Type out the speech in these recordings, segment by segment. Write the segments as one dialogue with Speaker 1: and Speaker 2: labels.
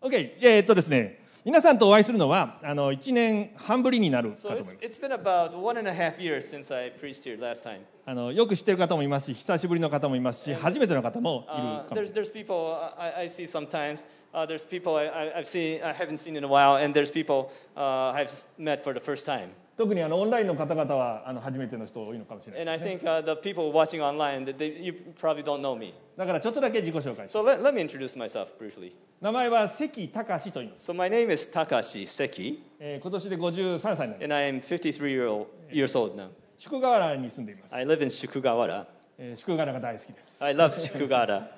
Speaker 1: OK、えーっとですね、皆さんとお会いするのはあの1年半ぶりになるかと
Speaker 2: So
Speaker 1: 思いま
Speaker 2: it's,
Speaker 1: す。
Speaker 2: it's been about one and a half years since I preached here last time.
Speaker 1: あのよく知ってる方もいますし、久しぶりの方もいますし、初めての方もいる
Speaker 2: Uh,
Speaker 1: かも
Speaker 2: there's, there's people I, I see sometimes. Uh, there's people I, I, I've seen, I haven't seen in a while, and there's people uh, I've s- met for the first time.
Speaker 1: 特にあのオンラインの方々はあの初めての人多いのかもしれない
Speaker 2: And I think uh, the people watching online, that they, you probably don't know me.
Speaker 1: だからちょっとだけ自己紹介
Speaker 2: So let, let me introduce myself briefly.
Speaker 1: 名前は関隆と言います、
Speaker 2: So my name is Takashi Seki,
Speaker 1: えー今年で53歳になります
Speaker 2: and I am 53 year old, years old now.
Speaker 1: 宿河原に住んでいます、
Speaker 2: I live in Shikugawara.
Speaker 1: えー宿河原が大好きです
Speaker 2: I love Shikugawara.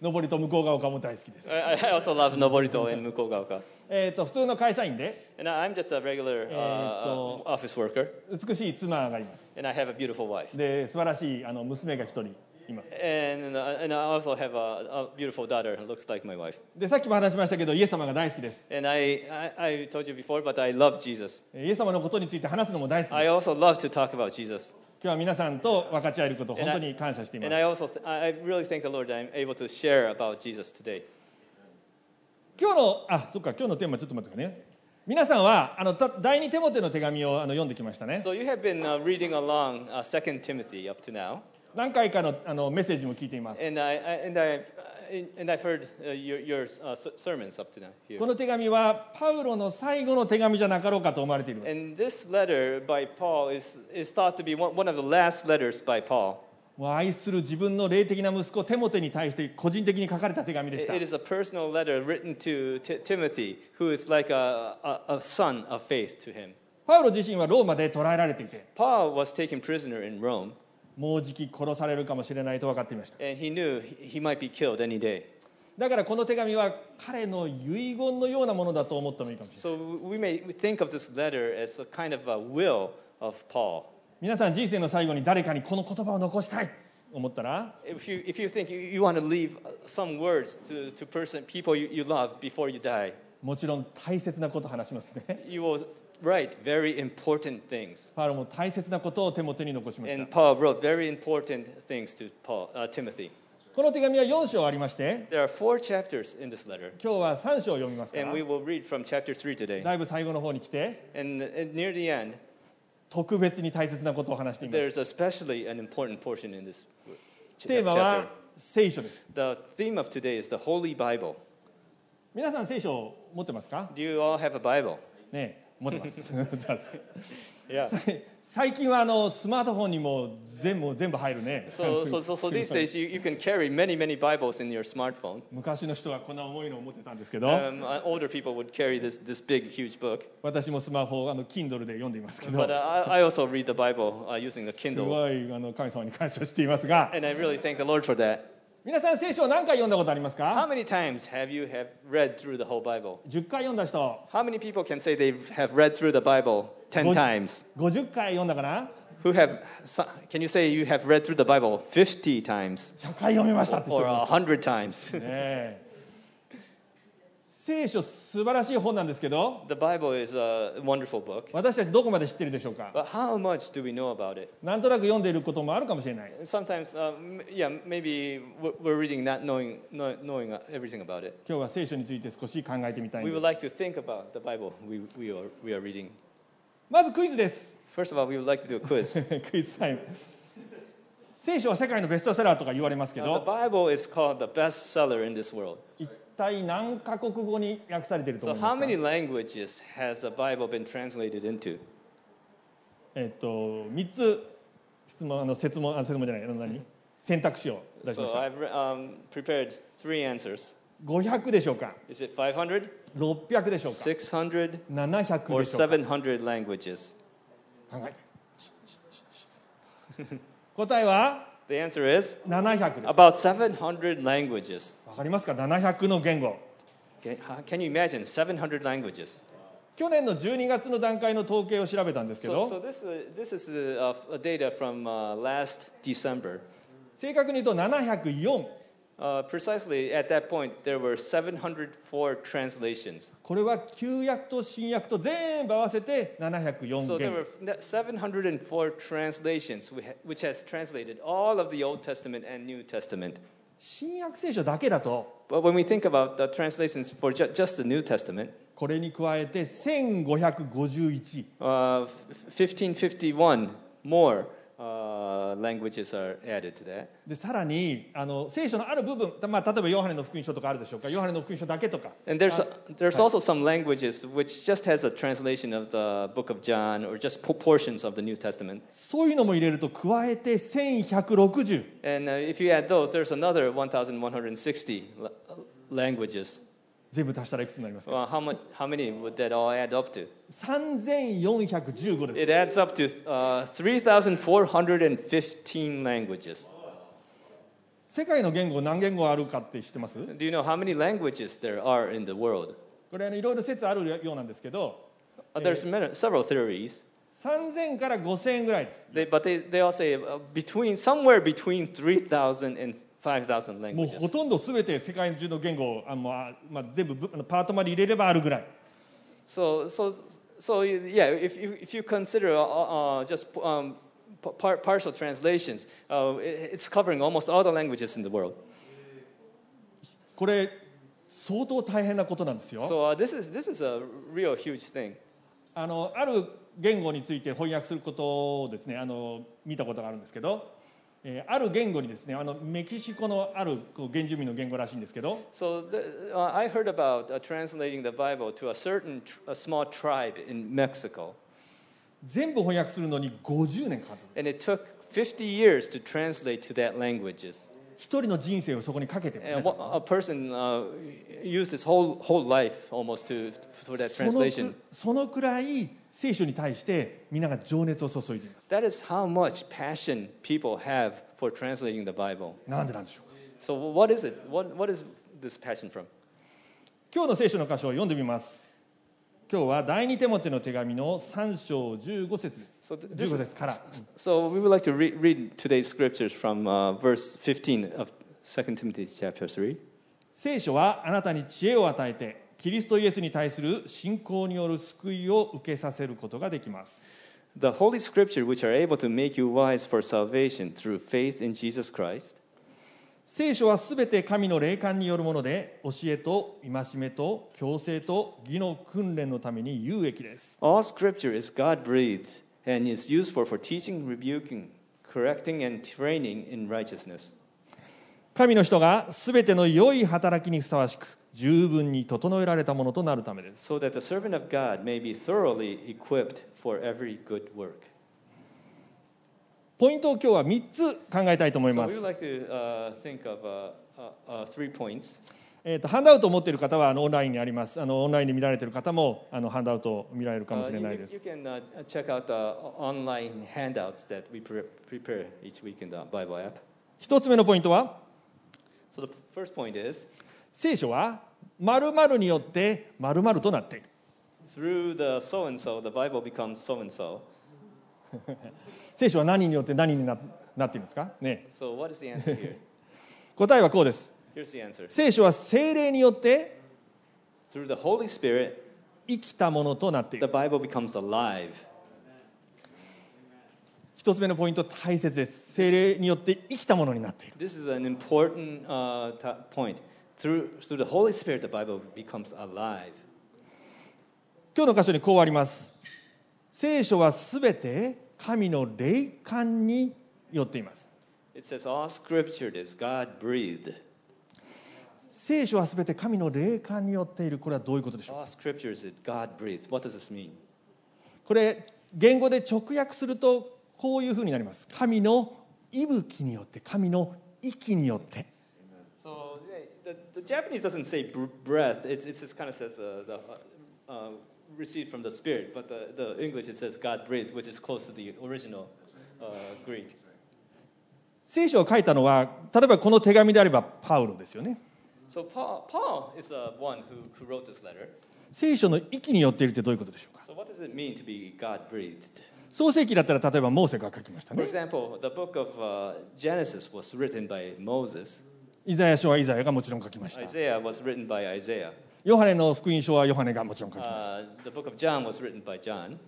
Speaker 1: 上りと向こう側丘も大好きです、
Speaker 2: I, I also love Noborito and Mukogaoka.
Speaker 1: えー、と普通の会社員で
Speaker 2: And I- I'm just a regular uh,
Speaker 1: Eh,
Speaker 2: uh, office worker,
Speaker 1: 美しい妻がいます
Speaker 2: and I have a beautiful wife.
Speaker 1: で素晴らしいあの娘が一人います
Speaker 2: And, uh, and I also have a, a beautiful daughter who looks like my wife.
Speaker 1: でさっきも話しましたけどイエス様が大好きです、
Speaker 2: And I, I, I told you before, but I love Jesus.
Speaker 1: えーイエス様のことについて話すのも大好きです
Speaker 2: I also love to talk about Jesus.
Speaker 1: 今日は皆さんと分かち合えることを本当に感謝していま
Speaker 2: And
Speaker 1: す
Speaker 2: I also, th- I I really thank the Lord that I'm able to share about Jesus today.
Speaker 1: 今日のあそっか今日のテーマちょっと待ってくださいね皆さんはあのた第二手モテの手紙をあの読んできましたね
Speaker 2: So you have been uh, reading along uh, 2 Timothy up to now,
Speaker 1: 何回かのあのメッセージも聞いています
Speaker 2: and, I, I, and, I've, and I've heard uh, your, your uh, s- sermons up to now here.
Speaker 1: この手紙はパウロの最後の手紙じゃなかろうかと思われている
Speaker 2: And this letter by Paul is, is thought to be one, one of the last letters by Paul.
Speaker 1: もう愛する自分の霊的な息子テモテに対して個人的に書かれた手紙でし
Speaker 2: It,
Speaker 1: た
Speaker 2: it is a personal letter written to Ti- Timothy, who is like a, a, a son of faith to him.
Speaker 1: パウロ自身はローマで捕らえられていて
Speaker 2: Paul was taken prisoner in Rome,
Speaker 1: もうじき殺されるかもしれないと分かっていました
Speaker 2: and he knew he he might be killed any day.
Speaker 1: だからこの手紙は彼の遺言のようなものだと思ってもいいかもしれない
Speaker 2: So we may think of this letter as a kind of a will of Paul.
Speaker 1: 皆さん人生の最後に誰かにこの言葉を残したいと思ったら
Speaker 2: If you, if you think you, you want to leave some words to, to person, people you, you love before you die,
Speaker 1: もちろん大切なこと話しますね
Speaker 2: you will write very important things.
Speaker 1: パウロも大切なことを手元に残しました
Speaker 2: And Paul wrote very important things to Paul, uh, Timothy.
Speaker 1: この手紙は4章ありまして
Speaker 2: There are four chapters in this letter,
Speaker 1: 今日は3章を読みますか
Speaker 2: and
Speaker 1: ら
Speaker 2: we will read from chapter three today.
Speaker 1: だいぶ最後の方に来て
Speaker 2: And, and near the end,
Speaker 1: 特別に大切なことを話しています
Speaker 2: there's especially an important portion in this ch-
Speaker 1: テーマ
Speaker 2: chapter.
Speaker 1: は聖書です
Speaker 2: The theme of today is the Holy Bible.
Speaker 1: 皆さん聖書を持ってますか
Speaker 2: Do you all have a Bible?
Speaker 1: ねえ持ってますじゃあ
Speaker 2: Yeah.
Speaker 1: 最近はあのスマートフォンにも全部全部入るね
Speaker 2: So, so, so, so these days, you, you can carry many, many Bibles in your smartphone.
Speaker 1: 昔の人はこんな重いのを持ってたんですけど、
Speaker 2: Um, uh, older people would carry this, this big, huge book.
Speaker 1: 私もスマホあの Kindle で読んでいますけど
Speaker 2: But uh, I, I also read the Bible uh, using the
Speaker 1: す
Speaker 2: Kindle.
Speaker 1: ごいあの神様に感謝していますが
Speaker 2: And I really thank the Lord for that.
Speaker 1: 皆さん聖書を何回読んだことあります
Speaker 2: How
Speaker 1: か
Speaker 2: many times have you have read through the whole Bible?
Speaker 1: 10回読んだ人
Speaker 2: How many people can say they have read through the Bible 10
Speaker 1: Would-
Speaker 2: times?
Speaker 1: 50回読んだかな
Speaker 2: Who have so- can you say you have read through the Bible 50 times
Speaker 1: 100回読みましたって人
Speaker 2: or
Speaker 1: います、
Speaker 2: 100 times?
Speaker 1: ねえ聖書素晴らしい本なんですけど
Speaker 2: the Bible is a wonderful book.
Speaker 1: 私たちどこまで知ってるでしょうか
Speaker 2: But how much do we know about it?
Speaker 1: なんとなく読んでいることもあるかもしれない
Speaker 2: Sometimes, uh, m- yeah, maybe we're we're reading not knowing, know- knowing uh, everything about it.
Speaker 1: 今日は聖書について少し考えてみたいん
Speaker 2: We
Speaker 1: で
Speaker 2: would
Speaker 1: す
Speaker 2: like to think about the Bible we, we, are, we are reading.
Speaker 1: まずクイズです
Speaker 2: First of all, we would like to do a quiz.
Speaker 1: クイズタイム聖書は世界のベストセラーとか言われますけ
Speaker 2: Now, the
Speaker 1: ど
Speaker 2: Bible is called the bestseller in this world.
Speaker 1: 一体何カ国語に訳されていると
Speaker 2: So,
Speaker 1: 思いま
Speaker 2: how
Speaker 1: すか
Speaker 2: many languages has the Bible been translated into?
Speaker 1: えっと3つ質問あの説問あ説問じゃないあの何選択肢を出しま
Speaker 2: So,
Speaker 1: した
Speaker 2: I've re- um, prepared three answers.
Speaker 1: 500でしょうか
Speaker 2: Is it 500,
Speaker 1: 600でしょうか
Speaker 2: 600,
Speaker 1: 700で
Speaker 2: or
Speaker 1: しょうか
Speaker 2: 700 languages?
Speaker 1: 考えて答えは
Speaker 2: The answer is
Speaker 1: 700です
Speaker 2: about 700 languages.
Speaker 1: わかりますか700の言語
Speaker 2: Can, how- can you imagine 700 languages?
Speaker 1: 去年の12月の段階の統計を調べたんですけ
Speaker 2: So, so
Speaker 1: ど
Speaker 2: this, uh, this is uh, of- uh, data from uh, last December.
Speaker 1: 正確に言うと704
Speaker 2: Uh, precisely at that point, there were 704 translations.
Speaker 1: これは旧約と新約と全部合わせて
Speaker 2: So
Speaker 1: 704
Speaker 2: there
Speaker 1: 言語
Speaker 2: were n- 704 translations, whi- which has translated all of the Old Testament and New Testament.
Speaker 1: 新約聖書だけだと
Speaker 2: But when we think about the translations for ju- just the New Testament,
Speaker 1: これに加えて1551
Speaker 2: uh, f- 1551 more uh, languages are added to that.
Speaker 1: でさらにあの聖書のある部分、たまあ、例えばヨハネの福音書とかあるでしょうかヨハネの福音書だけとか
Speaker 2: And there's, there's also some languages which just has a translation of the book of John or just po- portions of the New Testament.
Speaker 1: そういうのも入れると加えて1160
Speaker 2: And uh, if you add those, there's another 1,160 la- languages.
Speaker 1: 全部足したらいくつになりますか
Speaker 2: Well, how, much, how many would that all add up to?
Speaker 1: 3415です
Speaker 2: It adds up to uh, 3,415 languages.
Speaker 1: 世界の言語何言語あるかって知ってます
Speaker 2: Do you know how many languages there are in the world?
Speaker 1: これあのいろいろ説あるようなんですけど
Speaker 2: Uh, there's many, several theories,
Speaker 1: 3000から5000ぐらい
Speaker 2: they, but they, they all say uh, between somewhere between 3,000 and 5,000
Speaker 1: もうほ
Speaker 2: languages.
Speaker 1: とんど全て世界中の言語をあもうあまあ、全部ぶあのパートまで入れればあるぐらい
Speaker 2: So, so, so yeah, if you, if you consider uh, uh, just um, p- par- partial translations, uh, it, it's covering almost all the languages in the world.
Speaker 1: これ相当大変なことなんですよ
Speaker 2: So uh, this, is, this is a real huge thing.
Speaker 1: あのある言語について翻訳することをですねあの見たことがあるんですけど、えーある言語にですねあのメキシコのあるこう原住民の言語らしいんですけど
Speaker 2: So the, uh, I heard about uh, translating the Bible to a certain tr- a small tribe in Mexico,
Speaker 1: 全部翻訳するのに50年かかった
Speaker 2: and it took 50 years to translate to that languages.
Speaker 1: 一人の人生をそこにかけてますね
Speaker 2: And one, Uh, a person uh, used his whole whole life almost to for that
Speaker 1: その
Speaker 2: translation.
Speaker 1: くそのくらい聖書に対してみんなが情熱を注いでいます
Speaker 2: That is how much passion people have for translating the Bible.
Speaker 1: なんでなんでしょうか
Speaker 2: So what is it? What what is this passion from?
Speaker 1: 今日の聖書の箇所を読んでみます今日は第二手モテの手紙の3章15節です
Speaker 2: そうで
Speaker 1: 15節から
Speaker 2: So we would like to re- read today's scriptures from uh, verse 15 of 2 Timothy chapter 3.
Speaker 1: 聖書はあなたに知恵を与えてキリストイエスに対する信仰による救いを受けさせることができます。
Speaker 2: The Holy Scripture, which are able to make you wise for salvation through faith in Jesus Christ,
Speaker 1: 聖書はすべて神の霊感によるもので教えと戒めと強制と義の訓練のために有益です。
Speaker 2: all Scripture is God breathed and is useful for teaching, rebuking, correcting, and training in righteousness.
Speaker 1: 神の人がすべての良い働きにふさわしく十分に整えられたものとなるためです。
Speaker 2: so that the servant of God may be thoroughly equipped for every good work.
Speaker 1: ポイントを今日は3つ考えたいと思い
Speaker 2: So
Speaker 1: ま
Speaker 2: we
Speaker 1: す
Speaker 2: would。like to uh, think of uh, uh, uh, three points.
Speaker 1: えー、とハンドアウトを持っている方はあのオンラインにあります。あのオンラインで見られている方もあのハンドアウトを見られるか
Speaker 2: Uh,
Speaker 1: もし
Speaker 2: you,
Speaker 1: れないで
Speaker 2: you-
Speaker 1: す
Speaker 2: you。can uh, check out the online handouts that we pre- prepare each week in the Bible app.
Speaker 1: 一つ目のポイントは
Speaker 2: So the first point is
Speaker 1: 聖書は〇〇によって〇〇となっている
Speaker 2: through the so and so, the Bible becomes so and so.
Speaker 1: 聖書は何によって何にななっていますかね
Speaker 2: So what is the answer here?
Speaker 1: 答えはこうです
Speaker 2: Here's the answer
Speaker 1: 聖書は聖霊によって
Speaker 2: through the Holy Spirit,
Speaker 1: 生きたものとなってい
Speaker 2: the
Speaker 1: る
Speaker 2: Bible becomes alive.
Speaker 1: 一つ目のポイント大切です聖霊によって生きたものになっている
Speaker 2: This is an important uh, to- point. Through, through the Holy Spirit, the Bible becomes alive.
Speaker 1: 今日の箇所にこうあります聖書はすべて神の霊感によっています
Speaker 2: It says, All scripture is God breathed.
Speaker 1: 聖書はすべて神の霊感によっているこれはどういうことでしょう
Speaker 2: All scripture is God breathed. What does this mean?
Speaker 1: これ言語で直訳するとこういうふうになります神の息吹によって神の息によって
Speaker 2: So eh, the, the Japanese doesn't say br- breath, it, it just kind of says uh, the, uh, uh, received from the Spirit, but the, the English it says God breathed, which is close to the original uh, Greek.
Speaker 1: 聖書を書いたのは例えばこの手紙であればパウロですよね
Speaker 2: So Paul, Paul is uh, one who, who wrote this letter.
Speaker 1: 聖書の息によっているってどういうことでしょうか
Speaker 2: So what does it mean to be God breathed?
Speaker 1: 創世記だったら例えばモーセが書きました
Speaker 2: For
Speaker 1: ね
Speaker 2: example, the book of uh, Genesis was written by Moses.
Speaker 1: イザヤ書はイザヤがもちろん書きました
Speaker 2: Isaiah was written by Isaiah.
Speaker 1: ヨハネの福音書はヨハネがもちろん書きました
Speaker 2: Uh, the book of John was written by John.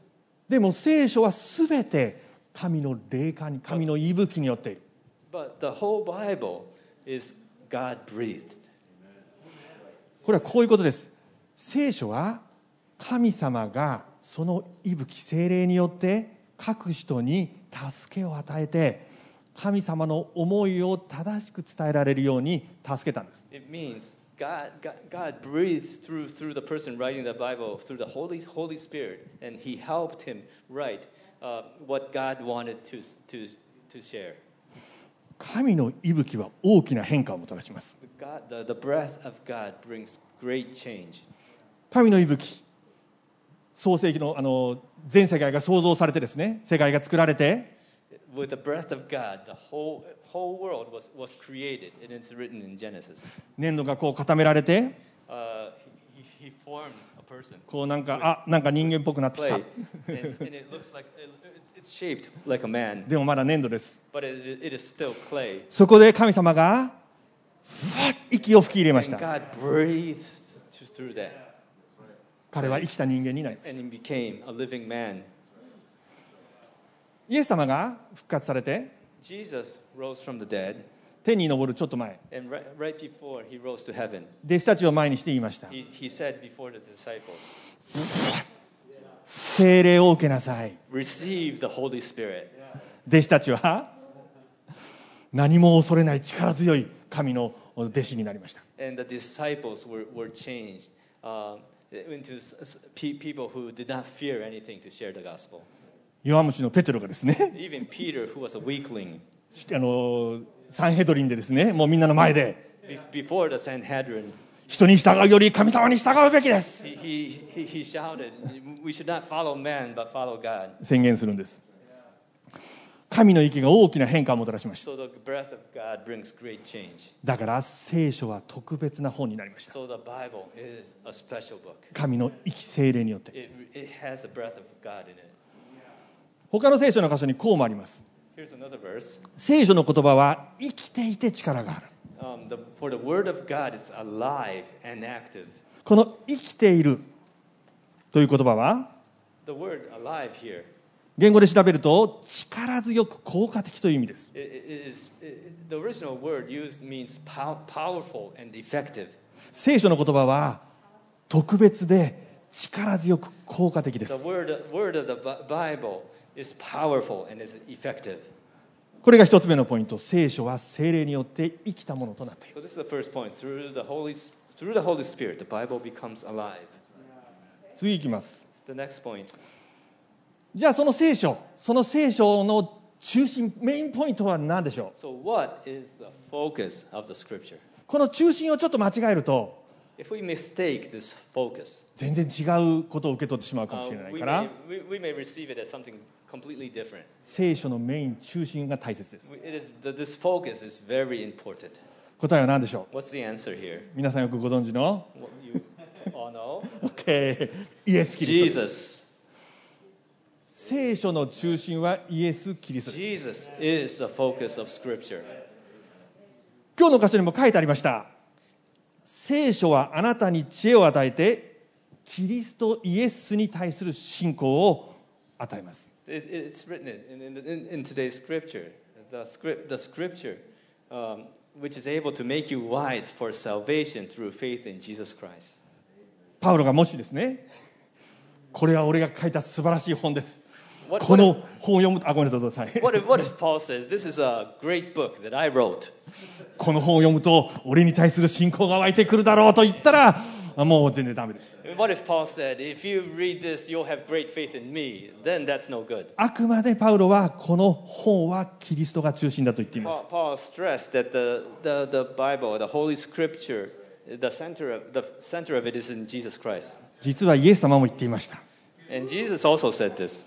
Speaker 1: でも聖書は全て神の霊感に神の息吹によっている
Speaker 2: But the whole Bible is God breathed.
Speaker 1: これはこういうことです聖書は神様がその息吹精霊によって各人に助けを与えて神様の思いを正しく伝えられるように助けたんです
Speaker 2: It means God, God, God breathed through, through the person writing the Bible, through the Holy, Holy Spirit, and He helped him write uh, what God wanted to, to, to share.
Speaker 1: 神の息吹は大きな変化をもたらします
Speaker 2: God, the, the breath of God brings great change.
Speaker 1: 神の息吹創世紀のあの全世界が創造されてですね世界が作られて
Speaker 2: With the breath of God, the whole, whole world was, was created, and it's written in Genesis.
Speaker 1: 粘土がこう固められて
Speaker 2: Uh, he, he- he formed a person.
Speaker 1: こうなんかあなんか人間っぽくなってきた
Speaker 2: Clay, and, and it looks like it, it's, it's shaped like a man,
Speaker 1: でもまだ粘土です
Speaker 2: but it, it is still clay.
Speaker 1: そこで神様がふわっ息を吹き入れまし
Speaker 2: And
Speaker 1: た
Speaker 2: God breathed th- through that,
Speaker 1: 彼は生きた人間になりました
Speaker 2: and he became a living man.
Speaker 1: イエス様が復活されて
Speaker 2: Jesus rose from the dead,
Speaker 1: 天に昇るちょっと前
Speaker 2: and right, right before he rose to heaven,
Speaker 1: 弟子たちを前にして言いました
Speaker 2: he, he said before the disciples,
Speaker 1: 聖霊を受けなさい
Speaker 2: Receive the Holy Spirit.
Speaker 1: 弟子たちは何も恐れない力強い神の弟子になりました
Speaker 2: And the disciples were, were changed um, into s- s- pe- people who did not fear anything to share the gospel.
Speaker 1: 弱虫のペテロがですね
Speaker 2: Even Peter, who was a weakling,
Speaker 1: あのサンヘドリンでですねもうみんなの前で
Speaker 2: be- before the Sanhedrin,
Speaker 1: 人に従うより神様に従うべきです
Speaker 2: he, he, he- he shouted, We should not follow man, but follow God.
Speaker 1: 宣言するんです神の息が大きな変化をもたらしました
Speaker 2: So the breath of God brings great change.
Speaker 1: だから聖書は特別な本になりました
Speaker 2: So the Bible is a special book.
Speaker 1: 神の息精霊によって
Speaker 2: It, it has the breath of God in it.
Speaker 1: 他の聖書の箇所にこうもあります
Speaker 2: Here's another verse.
Speaker 1: 聖書の言葉は生きていて力がある
Speaker 2: Um, the, for the word of God is alive and active.
Speaker 1: この生きているという言葉は
Speaker 2: The word alive here
Speaker 1: 言語で調べると力強く効果的という意味です
Speaker 2: i- i- is i- the original word used means pow- powerful and effective.
Speaker 1: 聖書の言葉は特別で力強く効果的で
Speaker 2: The
Speaker 1: す
Speaker 2: word, word of the Bi- Bible is powerful and is effective.
Speaker 1: これが一つ目のポイント聖書は精霊によって生きたものとなっている
Speaker 2: So this is the first point. Through the Holy, S- through the Holy Spirit, the Bible becomes alive.
Speaker 1: 次いきます
Speaker 2: The next point.
Speaker 1: じゃあその聖書その聖書の中心メインポイントは何でしょ
Speaker 2: So what is the focus of the Scripture?
Speaker 1: うこの中心をちょっと間違えると
Speaker 2: If we mistake this focus,
Speaker 1: 全然違うことを受け取ってしまうかも
Speaker 2: uh,
Speaker 1: しれない
Speaker 2: we,
Speaker 1: か
Speaker 2: may,
Speaker 1: ら
Speaker 2: we, we may receive it as something completely different.
Speaker 1: 聖書のメイン中心が大切です
Speaker 2: We- It is, the, this focus is very important.
Speaker 1: 答えは何でしょう
Speaker 2: What's the answer here?
Speaker 1: 皆さんよくご存知の
Speaker 2: What you oh, all know?
Speaker 1: OK イエス・キリストです
Speaker 2: Jesus.
Speaker 1: 聖書の中心はイエス・キリストです
Speaker 2: Jesus is the focus of Scripture.
Speaker 1: 今日の箇所にも書いてありました聖書はあなたに知恵を与えてキリストイエスに対する信仰を与えます
Speaker 2: It, it- it's written in, in, in, in today's Scripture. The, script, the Scripture, um, which is able to make you wise for salvation through faith in Jesus Christ.
Speaker 1: パウロがもしですねこれは俺が書いた素晴らしい本です
Speaker 2: What,
Speaker 1: こ
Speaker 2: what,
Speaker 1: の
Speaker 2: if,
Speaker 1: 本を読むとあごめんなさい
Speaker 2: what, if, what if Paul says, This is a great book that I wrote?
Speaker 1: この本を読むと俺に対する信仰が湧いてくるだろうと言ったらもう全然ダメです
Speaker 2: And What if Paul said, If you read this, you'll have great faith in me? Then that's no good.
Speaker 1: あくまでパウロはこの本はキリストが中心だと言っています
Speaker 2: Paul, Paul stressed that the, the, the Bible, the Holy Scripture, the center, of, the center of it is in Jesus Christ.
Speaker 1: 実はイエス様も言っていました
Speaker 2: And Jesus also said this.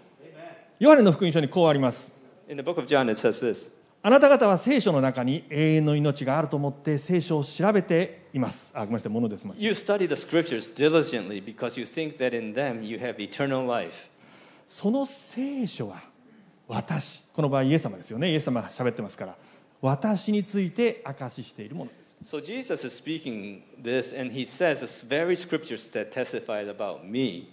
Speaker 1: ヨハネの福音書にこうあります
Speaker 2: In the book of John, it says this
Speaker 1: あなた方は聖書の中に永遠の命があると思って聖書を調べていますあごめんなさいものですもん
Speaker 2: You study the scriptures diligently because you think that in them you have eternal life.
Speaker 1: その聖書は私この場合イエス様ですよねイエス様が喋ってますから私について証ししているものです
Speaker 2: So Jesus is speaking this, and he says the very scriptures that testified about me.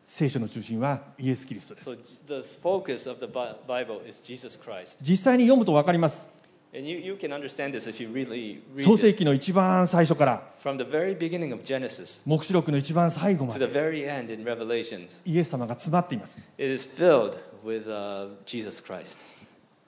Speaker 1: 聖書の中心はイエス・キリストで
Speaker 2: So
Speaker 1: す
Speaker 2: the focus of the Bi- Bible is Jesus Christ.
Speaker 1: 実際に読むと分かります
Speaker 2: And you, you can understand this if you really read
Speaker 1: 創
Speaker 2: it
Speaker 1: 世記の一番最初から
Speaker 2: from the very beginning of Genesis
Speaker 1: 黙示録の一番最後ま
Speaker 2: to
Speaker 1: で
Speaker 2: the very end in Revelations.
Speaker 1: イエス様が詰まっています
Speaker 2: It is filled with uh, Jesus Christ.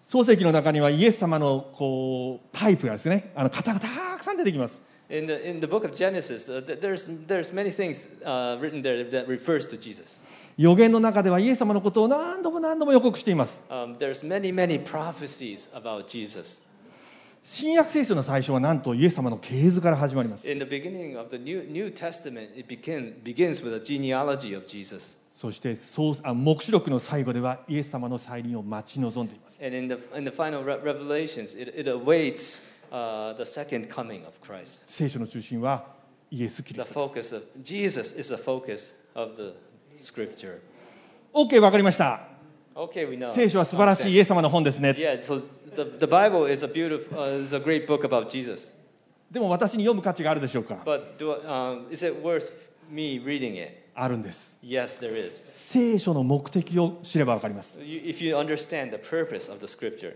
Speaker 1: 創世記の中にはイエス様のこうタイプがですねあの型がたくさん出てきます
Speaker 2: In the, in the book of Genesis, uh, th- there's, there's many things uh, written there that refers to Jesus.
Speaker 1: 予言の中ではイエス様のことを何度も何度も予告しています
Speaker 2: Um, there's many, many prophecies about Jesus.
Speaker 1: 新約聖書の最初はなんとイエス様の系図から始まります
Speaker 2: In the beginning of the New, New Testament, it begin, begins with a genealogy of Jesus.
Speaker 1: そして創あ黙示録の最後ではイエス様の再臨を待ち望んでいます
Speaker 2: And in the, in the final re- revelations, it, it awaits uh, the second coming of Christ.
Speaker 1: 聖書の中心はイエス・キリ
Speaker 2: The
Speaker 1: ストです
Speaker 2: focus of Jesus is the focus of the scripture.
Speaker 1: OK わかりました
Speaker 2: Okay, we know.
Speaker 1: 聖書は素晴らしいイ
Speaker 2: Understand.
Speaker 1: エス様の本ですね
Speaker 2: Yeah, so the, the Bible is a beautiful, uh, is a great book about Jesus.
Speaker 1: でも私に読む価値があるでしょうか
Speaker 2: But do, I- um, is it worth me reading it?
Speaker 1: あるんです
Speaker 2: Yes, there is.
Speaker 1: 聖書の目的を知ればわかります
Speaker 2: You, if you understand the purpose of the scripture,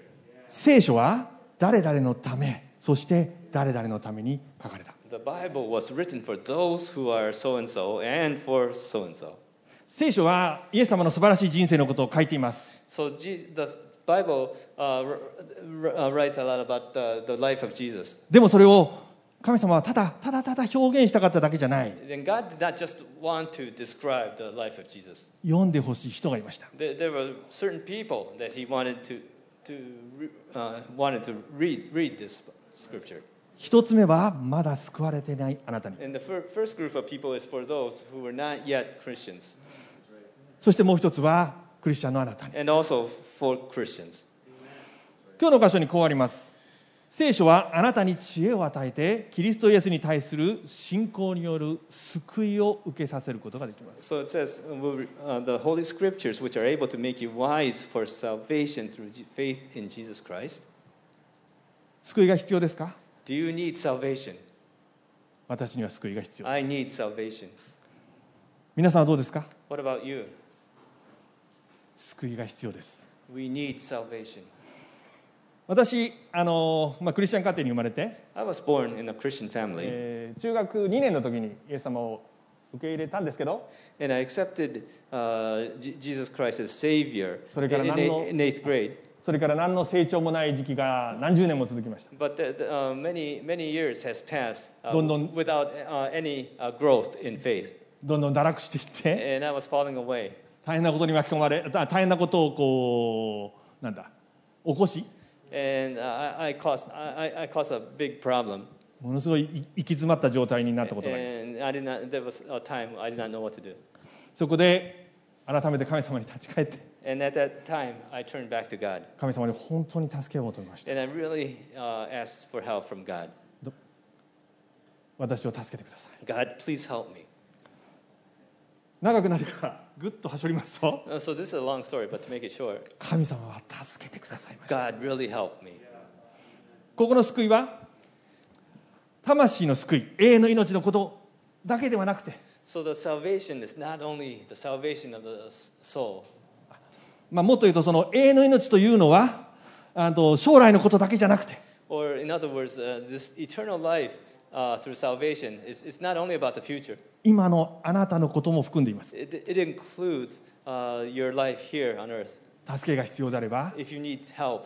Speaker 1: 聖書は誰々のためそして誰々のために書かれた
Speaker 2: the Bible was written for those who are so and so and for so and so.
Speaker 1: 聖書はイエス様の素晴らしい人生のことを書いています
Speaker 2: So Je- the Bible uh, r- r- uh, writes a lot about the, the life of Jesus.
Speaker 1: でもそれを神様はただただただ表現したかっただけじゃない
Speaker 2: And God did not just want to describe the life of Jesus.
Speaker 1: 読んでほしい人がいました
Speaker 2: There, there were certain people that He wanted to, to re- uh, wanted to read, read this scripture.
Speaker 1: 一つ目はまだ救われてないあなたに
Speaker 2: And the fir- first group of people is for those who were not yet Christians,
Speaker 1: そしてもう一つはクリスチャンのあなたに
Speaker 2: and also for Christians.
Speaker 1: 今日の箇所にこうあります聖書はあなたに知恵を与えてキリストイエスに対する信仰による救いを受けさせることができます
Speaker 2: So it says, uh, will re- uh, the Holy Scriptures, which are able to make you wise for salvation through Je- faith in Jesus Christ.
Speaker 1: 救いが必要ですか
Speaker 2: Do you need salvation?
Speaker 1: 私には救いが必要
Speaker 2: I
Speaker 1: です
Speaker 2: need salvation.
Speaker 1: 皆さんはどうですか
Speaker 2: What about you?
Speaker 1: 救いが必要です
Speaker 2: We need salvation.
Speaker 1: 私あの、まあ、クリスチャン家庭に生まれて、
Speaker 2: I was born in a Christian family,
Speaker 1: えー中学2年の時にイエス様を受け入れたんですけど
Speaker 2: and I accepted uh, J- Jesus Christ as Savior in,
Speaker 1: それから
Speaker 2: in
Speaker 1: 何の-
Speaker 2: eight- in eighth grade.
Speaker 1: それから何の成長もない時期が何十年も続きました
Speaker 2: But the, the, uh, many many years has passed uh,
Speaker 1: どんどん-
Speaker 2: without uh, any uh, growth in faith,
Speaker 1: どんどん堕落していって
Speaker 2: and I was falling away.
Speaker 1: 大変なことに巻き込まれあ大変なことをこうなんだ起こし
Speaker 2: And uh, I, I caused I, I- I caused a big problem,
Speaker 1: ものすごいい行き詰まった状態になったことがあります
Speaker 2: and I did not. There was a time I did not know what to do,
Speaker 1: そこで改めて神様に立ち返って
Speaker 2: and at that time I turned back to God.
Speaker 1: 神様に本当に助けを求めました
Speaker 2: And I really uh, asked for help from God.
Speaker 1: 私を助けてください
Speaker 2: God, please help me.
Speaker 1: 長くなるからぐっとはしょりますと
Speaker 2: Uh, So this is a long story, but to make it short,
Speaker 1: 神様は助けてくださいました
Speaker 2: God really helped me.
Speaker 1: ここの救いは魂の救い永遠の命のことだけではなくて、
Speaker 2: So the salvation is not only the salvation of the s- soul.
Speaker 1: まあ、もっと言うとその永遠の命というのはあの将来のことだけじゃなくて
Speaker 2: Or in other words, uh, this eternal life uh, through salvation is, is not only about the future.
Speaker 1: 今のあなたのことも含んでいます
Speaker 2: It, it includes uh, your life here on earth.
Speaker 1: 助けが必要であれば
Speaker 2: If you need help,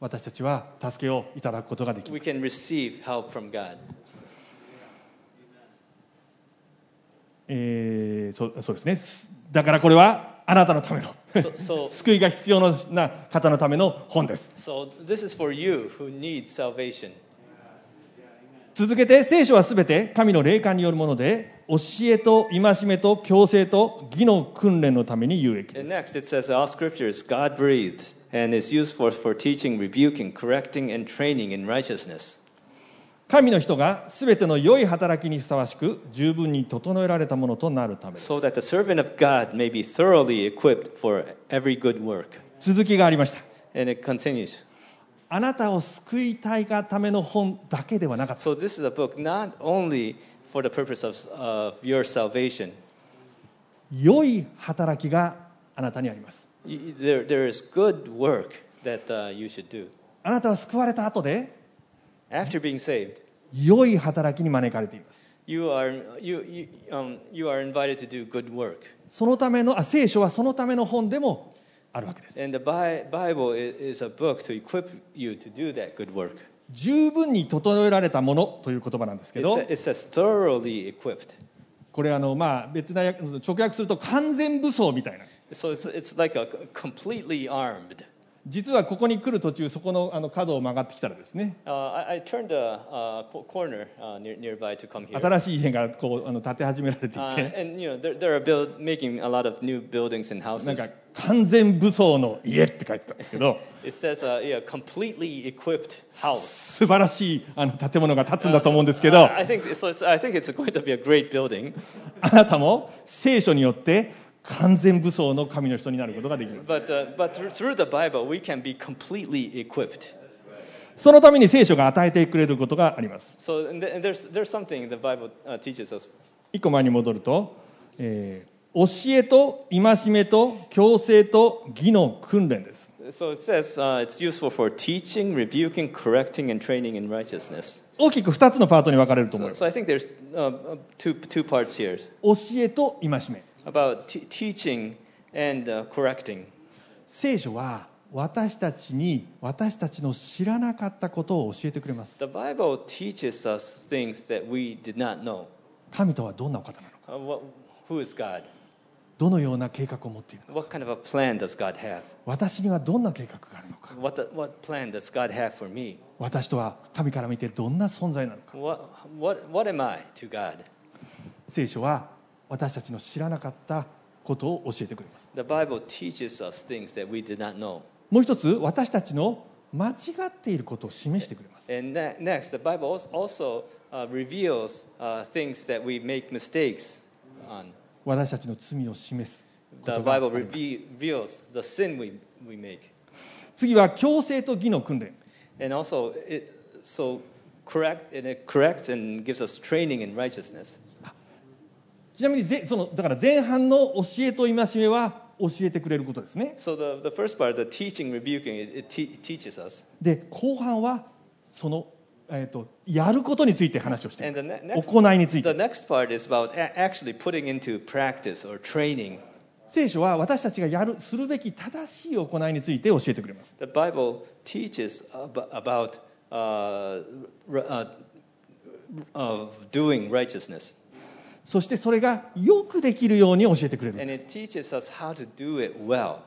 Speaker 1: 私たちは助けをいただくことができま
Speaker 2: we
Speaker 1: す
Speaker 2: can receive help from God.
Speaker 1: えーそうそうですねすだからこれはあなたのための
Speaker 2: So, so,
Speaker 1: 救いが必要な方のための本です
Speaker 2: so this is for you who need salvation.
Speaker 1: 続けて聖書はすべて神の霊感によるもので教えと戒めと強制と義の訓練のために有益
Speaker 2: And
Speaker 1: です
Speaker 2: next, it says, All scripture is God breathed and is useful for teaching, rebuking, correcting, and training in righteousness.
Speaker 1: 神の人がすべての良い働きにふさわしく十分に整えられたものとなるためです
Speaker 2: So that the servant of God may be thoroughly equipped for every good work.
Speaker 1: 続きがありました
Speaker 2: And it continues.
Speaker 1: あなたを救いたいがための本だけではなかった
Speaker 2: So this is a book not only for the purpose of, of your salvation,
Speaker 1: 良い働きがあなたにあります
Speaker 2: You- you- there, there is good work that uh, you should do.
Speaker 1: あなたは救われた後で
Speaker 2: After being saved,
Speaker 1: 良い働きに招かれています
Speaker 2: you are, you, you, um, you are invited to do good work.
Speaker 1: そのためのあ聖書はそのための本でもあるわけです
Speaker 2: And the Bi- Bible i- is a book to equip you to do that good work.
Speaker 1: 十分に整えられたものという言葉なんですけ
Speaker 2: It
Speaker 1: ど
Speaker 2: sa- it says thoroughly equipped.
Speaker 1: これあのまあ別な訳直訳すると完全武装みたいな
Speaker 2: So it's, it's like a c- completely armed.
Speaker 1: 実はここに来る途中そこのあの角を曲がってきたらですね
Speaker 2: Uh, I, I turned a, uh co- corner uh, near, nearby to come here.
Speaker 1: 新しい家がこうあの建て始められてい
Speaker 2: Uh,
Speaker 1: て
Speaker 2: and you know they're, they're build, making a lot of new buildings and
Speaker 1: なん
Speaker 2: houses.
Speaker 1: か完全武装の家って書いてたんですけど
Speaker 2: It says uh, yeah, completely equipped house.
Speaker 1: 素晴らしいあの建物が建つんだと思うんですけ
Speaker 2: Uh,
Speaker 1: ど
Speaker 2: I think so it's, I think it's going to be a great building.
Speaker 1: あなたも聖書によって完全武装の神の人になることができます
Speaker 2: But uh, but through, through the Bible we can be completely equipped.
Speaker 1: そのために聖書が与えてくれることがあります
Speaker 2: So and th- and there's there's something the Bible uh, teaches us.
Speaker 1: 一個前に戻ると、えー教えと戒めと強制と義の訓練です
Speaker 2: So it says uh, it's useful for teaching, rebuking, correcting, and training in righteousness.
Speaker 1: 大きく2つのパートに分かれると思い
Speaker 2: So,
Speaker 1: ます
Speaker 2: so I think there's uh, uh, two two parts here
Speaker 1: 教えと戒め
Speaker 2: about t- teaching and uh, correcting.
Speaker 1: 聖書は私たちに私たちの知らなかったことを教えてくれます
Speaker 2: The Bible teaches us things that we did not know.
Speaker 1: 神とはどんなお方なのか
Speaker 2: Uh, what, who is God?
Speaker 1: どのような計画を持っているのか
Speaker 2: What kind of a plan does God have?
Speaker 1: 私にはどんな計画があるのか
Speaker 2: What, the, what plan does God have for me?
Speaker 1: 私とは神から見てどんな存在なのか
Speaker 2: What, what, what am I to God?
Speaker 1: 聖書は私たちの知らなかったことを教えてくれます
Speaker 2: The Bible teaches us things that we did not know.
Speaker 1: もう一つ私たちの間違っていることを示してくれます
Speaker 2: And ne- next, the Bible als- also uh, reveals uh, things that we make mistakes on.
Speaker 1: 私たちの罪を示すこ
Speaker 2: The
Speaker 1: とがあり
Speaker 2: Bible
Speaker 1: ます
Speaker 2: reve- reveals the sin we, we make.
Speaker 1: 次は強制と義の訓練
Speaker 2: And also, it, so correct, and it corrects and gives us training in righteousness.
Speaker 1: ちなみにぜそのだから前半の教えと戒めは教えてくれることですね
Speaker 2: So the, the first part, the teaching, rebuking, it, it te- teaches us.
Speaker 1: で後半はその、えー、とやることについて話をしてい
Speaker 2: And the
Speaker 1: ま
Speaker 2: ne-
Speaker 1: す
Speaker 2: next,
Speaker 1: 行いについ
Speaker 2: the
Speaker 1: て
Speaker 2: next part is about a- actually putting into practice or training.
Speaker 1: 聖書は私たちがやるするべき正しい行いについて教えてくれます
Speaker 2: The Bible teaches ab- about uh, r- uh, of doing righteousness,
Speaker 1: そしてそれがよくできるように教えてくれるん
Speaker 2: and
Speaker 1: です
Speaker 2: it teaches us how to do it well.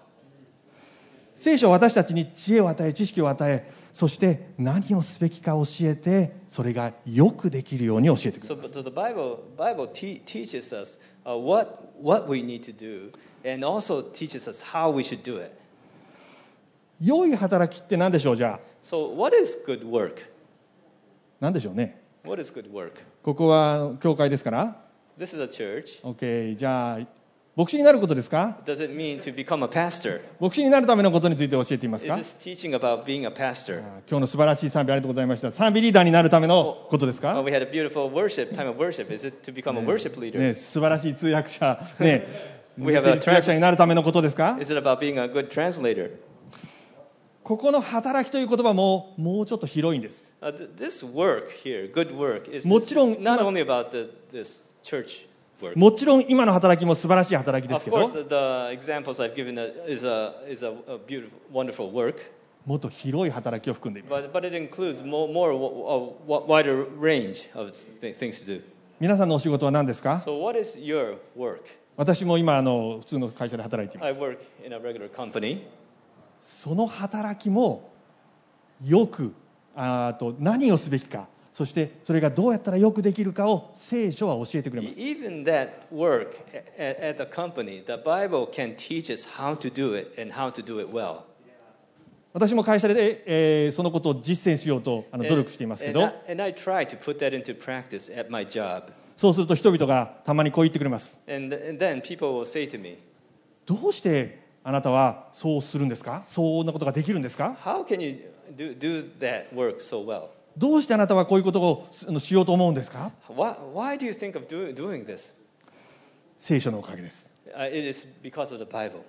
Speaker 1: 聖書は私たちに知恵を与え知識を与えそして何をすべきか教えてそれがよくできるように教えてくれ
Speaker 2: So,
Speaker 1: ます
Speaker 2: so the Bible Bible te- teaches us uh, what what we need to do, and also teaches us how we should do it.
Speaker 1: 良い働きって何でしょうじゃあ
Speaker 2: So, what is good work?
Speaker 1: 何でしょうね
Speaker 2: What is good work?
Speaker 1: ここは教会ですから、
Speaker 2: This is a church.
Speaker 1: OK、じゃあ牧師になることですか
Speaker 2: Does it mean to become a pastor?
Speaker 1: 牧師になるためのことについて教えています
Speaker 2: Is
Speaker 1: か
Speaker 2: this teaching about being a pastor?
Speaker 1: あ今日の素晴らしい賛美ありがとうございました賛美リーダーになるためのことです
Speaker 2: Oh,
Speaker 1: か、
Speaker 2: we had a beautiful worship time of worship. Is it to become a worship leader?
Speaker 1: ね、素晴らしい通訳者、ね、
Speaker 2: We have
Speaker 1: メッセ
Speaker 2: a
Speaker 1: ージ通訳者になるためのことですか
Speaker 2: Is it about being a good translator?
Speaker 1: ここの働きという言葉ももうちょっと広いんです
Speaker 2: Uh, th- this work here, good work, is
Speaker 1: もちろん
Speaker 2: not only about the, this church work.
Speaker 1: もちろん今の働きも素晴らしい働きです
Speaker 2: Of
Speaker 1: けど
Speaker 2: course, the, the examples I've given uh, is a is a, a beautiful, wonderful work,
Speaker 1: もっと広い働きを含んでいます
Speaker 2: but but it includes more more w- a w- wider range of th- things to do.
Speaker 1: 皆さんのお仕事は何ですか
Speaker 2: So, what is your work?
Speaker 1: 私も今あの普通の会社で働いていま
Speaker 2: I
Speaker 1: す
Speaker 2: work in a regular company.
Speaker 1: その働きもよくあーと何をすべきかそしてそれがどうやったらよくできるかを聖書は教えてくれ
Speaker 2: E-
Speaker 1: ます
Speaker 2: Even that work at, at the company, the Bible can teach us how to do it and how to do it well.
Speaker 1: 私も会社で、えーそのことを実践しようとあの努力していますけ
Speaker 2: and,
Speaker 1: ど
Speaker 2: I, and I try to put that into practice at my job.
Speaker 1: そうすると人々がたまにこう言ってくれます
Speaker 2: And, and then people will say to me,
Speaker 1: どうしてあなたはそうするんですかそんなことができるんですか
Speaker 2: How can you do, do that work so well?
Speaker 1: どうしてあなたはこういうことをすあのしようと思うんですか
Speaker 2: Why, why do you think of do, doing this?
Speaker 1: 聖書のおかげです
Speaker 2: Uh, it is because of the Bible.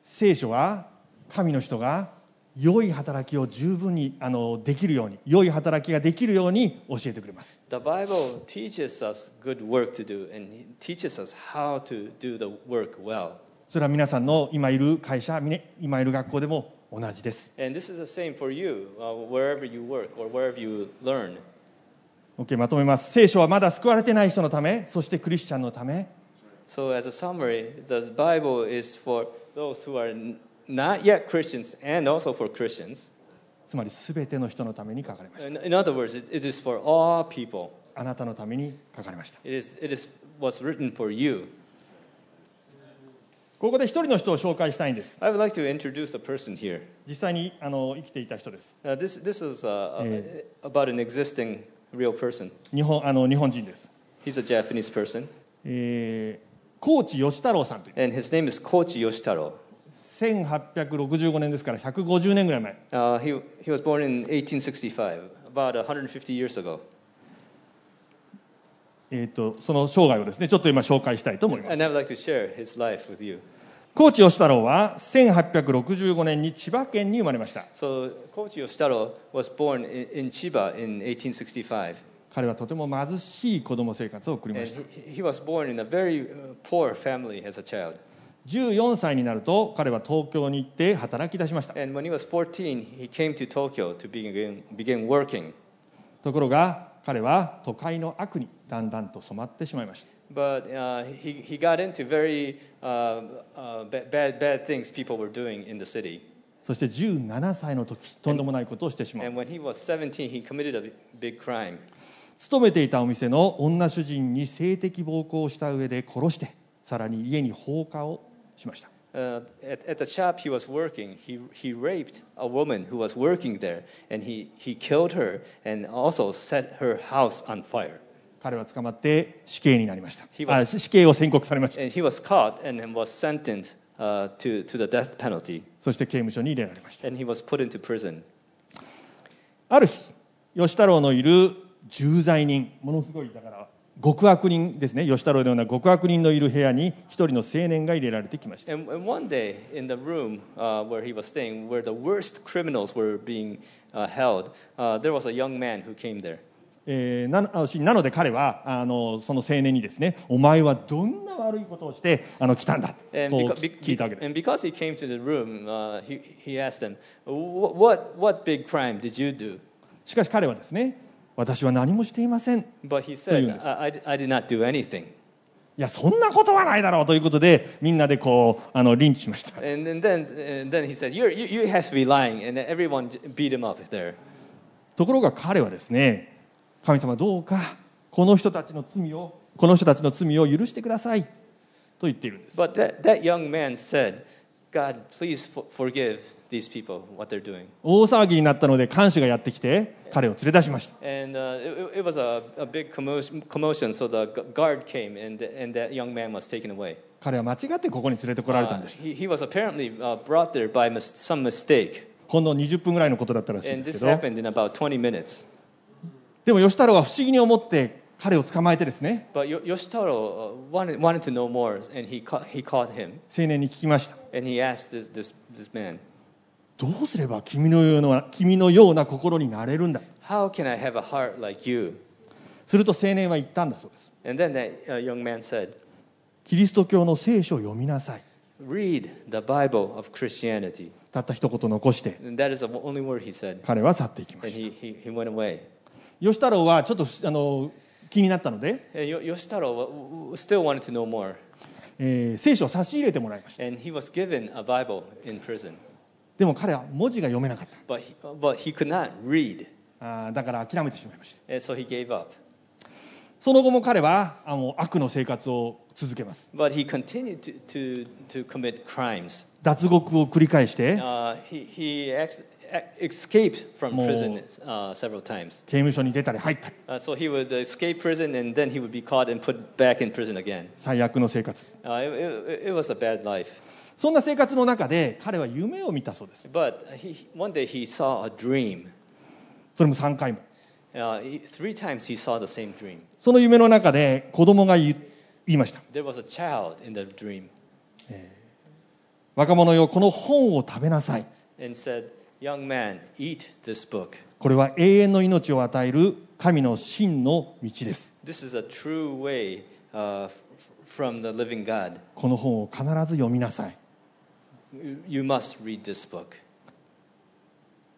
Speaker 1: 聖書は神の人が良い働きを十分にあのできるように良い働きができるように教えてくれます
Speaker 2: The Bible teaches us good work to do and it teaches us how to do the work well.
Speaker 1: それは皆さんの今いる会社みね今いる学校でも同じです
Speaker 2: And this is the same for you, uh, wherever you work or wherever you learn.
Speaker 1: OK まとめます聖書はまだ救われてない人のためそしてクリスチャンのため
Speaker 2: So, as a summary, the Bible is for those who are n- not yet Christians and also for Christians.
Speaker 1: つまり全ての人のために書かれました
Speaker 2: In, in other words, it, it is for all people.
Speaker 1: あなたのために書かれました
Speaker 2: It is, it is what's written for you.
Speaker 1: ここで一人の人を紹介したいんです
Speaker 2: I would like to introduce a person here.
Speaker 1: 実際にあの生きていた人です
Speaker 2: Now, this, this is uh, a- about an existing real person.
Speaker 1: 日本あの日本人です、
Speaker 2: He's a Japanese person,
Speaker 1: えー、高知義太郎さんという
Speaker 2: and his name is Kochi Yoshitaro.
Speaker 1: 1865年ですから150年ぐらい前
Speaker 2: Uh, he, he was born in 1865, about 150 years ago.
Speaker 1: えー、とその生涯をですねちょっと今紹介したいと思いま
Speaker 2: And I
Speaker 1: す
Speaker 2: would like to share his life with you.
Speaker 1: 高知義太郎は1865年に千葉県に生まれました
Speaker 2: So, Kochi Yoshitaro was born in, in Chiba in 1865.
Speaker 1: 彼はとても貧しい子供生活を送り
Speaker 2: And
Speaker 1: ました
Speaker 2: he, he was born in a very uh, poor family as a child.
Speaker 1: 14歳になると彼は東京に行って働き出しました
Speaker 2: And when he was 14, he came to Tokyo to begin, begin working.
Speaker 1: ところが彼は都会の悪にだんだんと染まってしまいました
Speaker 2: But uh, he, he got into very uh, uh, ba- bad, bad things people were doing in the city.
Speaker 1: そして17歳の時とんでもないことをしてしまう
Speaker 2: And when he was 17, he committed a b- big crime.
Speaker 1: 勤めていたお店の女主人に性的暴行をした上で殺してさらに家に放火をしました
Speaker 2: Uh, at, at the shop he was working, he, he raped a woman who was working there, and he, he killed her and also set her house on fire.
Speaker 1: 彼は捕まって死刑になりました
Speaker 2: He
Speaker 1: あ
Speaker 2: was-
Speaker 1: 死刑を宣告されました
Speaker 2: And he was caught and then was sentenced uh, to, to the death penalty,
Speaker 1: そして刑務所に入れられました
Speaker 2: and he was put into prison.
Speaker 1: ある日吉太郎のいる重罪人ものすごいだから極悪人ですね吉太郎のような極悪人のいる部屋に一人の青年が入れられてきました
Speaker 2: And, and one day, in the room uh, where he was staying, where the worst criminals were being uh, held, uh, there was a young man who came there.
Speaker 1: えーなあしなので彼はあのその青年にですねお前はどんな悪いことをしてあの来たんだとこう
Speaker 2: And, beca- be-
Speaker 1: 聞いたわけです
Speaker 2: and because he came to the room, uh, he, he asked them, "Wh- what, what big crime did you do?
Speaker 1: しかし彼はですね私は何もしていませんい
Speaker 2: But he
Speaker 1: To
Speaker 2: said,
Speaker 1: Eunice.
Speaker 2: I, I, I did not do anything.
Speaker 1: やそんなことはないだろうということでみんなでこうあのリンチしました
Speaker 2: And, and, then, and then he said, You're, you, you have to be lying. And everyone j- beat him up there.
Speaker 1: ところが彼はですね神様どうかこの人たちの罪をこの人たちの罪を許してくださいと言っているんです
Speaker 2: But that, that young man said, God, please for, forgive these people what they're doing.
Speaker 1: 大騒ぎになったので看守がやってきて彼を連れ出しました
Speaker 2: And uh, it, it- it was a, a big commotion, commotion, so the gu- guard came and, and that young man was taken away.
Speaker 1: 彼は間違ってここに連れてこられたん
Speaker 2: Uh,
Speaker 1: です、
Speaker 2: he, he was apparently uh, brought there by mis- some mistake.
Speaker 1: ほんの20分ぐらいのことだったらしいん
Speaker 2: And
Speaker 1: です
Speaker 2: this
Speaker 1: けど
Speaker 2: happened in about 20 minutes.
Speaker 1: でも吉太郎は不思議に思って彼を捕まえてですね
Speaker 2: But Yo- Yoshitaro uh, wanted, wanted to know more, and he caught, he caught him.
Speaker 1: 青年に聞きました
Speaker 2: And he asked this, this, this man,
Speaker 1: どうすれば君のような君のような心になれるんだ
Speaker 2: How can I have a heart like you?
Speaker 1: すると青年は言ったんだそうです
Speaker 2: And then that uh, young man said,
Speaker 1: キリスト教の聖書を読みなさい
Speaker 2: Read the Bible of Christianity.
Speaker 1: たった一言残して
Speaker 2: And that is the only word he said.
Speaker 1: 彼は去っていきま
Speaker 2: And
Speaker 1: した
Speaker 2: he, he, he went away.
Speaker 1: 吉太郎はちょっとあの気になったので、
Speaker 2: And Yo- Yoshitaro wa- wa- still wanted to know more.
Speaker 1: えー聖書を差し入れてもらいました
Speaker 2: And he was given a Bible in prison.
Speaker 1: でも彼は文字が読めなかっ
Speaker 2: But he, but he could not read.
Speaker 1: たあーだから諦めてしまいました
Speaker 2: And so he gave up.
Speaker 1: その後も彼はあの悪の生活を続けます
Speaker 2: But he continued to, to, to commit crimes.
Speaker 1: 脱獄を繰り返して
Speaker 2: Uh, he he ex- e-, escaped from
Speaker 1: More.
Speaker 2: prison uh, several times.
Speaker 1: 刑務所に出たり入ったり
Speaker 2: Uh, so he would escape prison and then he would be caught and put back in prison again.
Speaker 1: 最悪の生活
Speaker 2: Uh, it, it, it was a bad life.
Speaker 1: そんな生活の中で彼は夢を見たそうです
Speaker 2: But he, one day he saw a dream.
Speaker 1: それも3回も
Speaker 2: Uh, he- three times he saw the same dream.
Speaker 1: その夢の中で子供が言言いました
Speaker 2: There was a child in the dream
Speaker 1: 若者よこの本を食べなさい
Speaker 2: and said, Young man, eat this book.
Speaker 1: これは永遠の命を与える神の真の道です
Speaker 2: This is a true way uh, f- from the living God.
Speaker 1: この本を必ず読みなさい
Speaker 2: You you must read this book.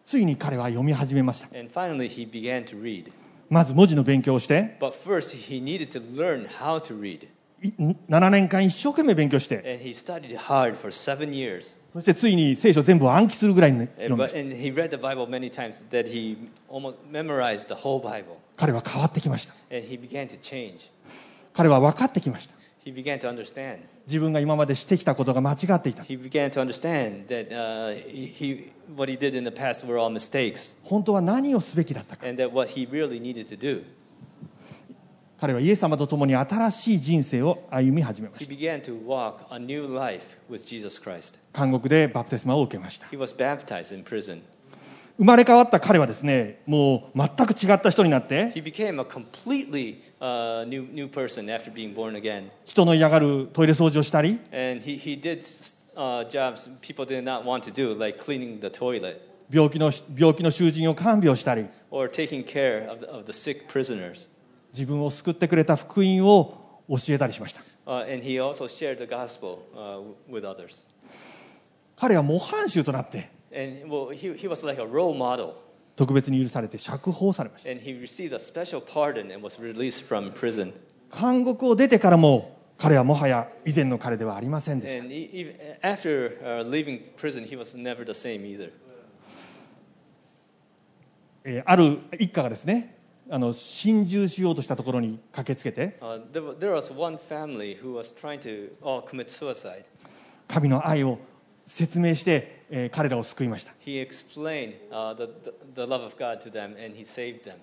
Speaker 1: ついに彼は読み始めました
Speaker 2: And finally, he began to read.
Speaker 1: まず文字の勉強をして
Speaker 2: But first, he needed to learn how to read.
Speaker 1: い7年間一生懸命勉強して
Speaker 2: And he studied hard for seven years.
Speaker 1: そしてついに聖書全部を暗記するぐらいに
Speaker 2: And,
Speaker 1: 読みま
Speaker 2: Eh, but,
Speaker 1: した
Speaker 2: and he read the Bible many times that he almost memorized the whole Bible.
Speaker 1: 彼は変わってきました
Speaker 2: And he began to change.
Speaker 1: 彼は分かってきました
Speaker 2: He began to understand.
Speaker 1: 自分が今までしてきたことが間違っていた
Speaker 2: He began to understand that uh, he, what he did in the past were all mistakes
Speaker 1: 本当は何をすべきだったか
Speaker 2: and that what he really needed to do.
Speaker 1: 彼はイエス様と共に新しい人生を歩み始めま
Speaker 2: He
Speaker 1: した
Speaker 2: began to walk a new life with Jesus Christ.
Speaker 1: 韓国でバプテスマを受けました
Speaker 2: He was baptized in prison.
Speaker 1: 生まれ変わった彼はですねもう全く違った人になって
Speaker 2: He became a completely uh, new, new person after being born again.
Speaker 1: 人の嫌がるトイレ掃除をしたり
Speaker 2: And he, he did uh, jobs people did not want to do, like cleaning the toilet
Speaker 1: 病気の病気の囚人を看病したり
Speaker 2: or taking care of the, of the sick prisoners.
Speaker 1: 自分を救ってくれた福音を教えたりしました
Speaker 2: Uh, and he also shared the gospel uh, with others.
Speaker 1: 彼は模範囚となって
Speaker 2: And well, he, he was like a role model.
Speaker 1: 特別に許されて釈放されました
Speaker 2: And he received a special pardon and was released from prison.
Speaker 1: 韓国を出てからも彼はもはや以前の彼ではありませんでした
Speaker 2: And e even after uh, leaving prison, he was never the same either.
Speaker 1: えーある一家がですねあの心中しようとしたところに駆けつけて
Speaker 2: Uh, there, wa- there was one family who was trying to all commit suicide.
Speaker 1: 神の愛を説明して、えー彼らを救いました
Speaker 2: He explained uh, the, the, the love of God to them and he saved them.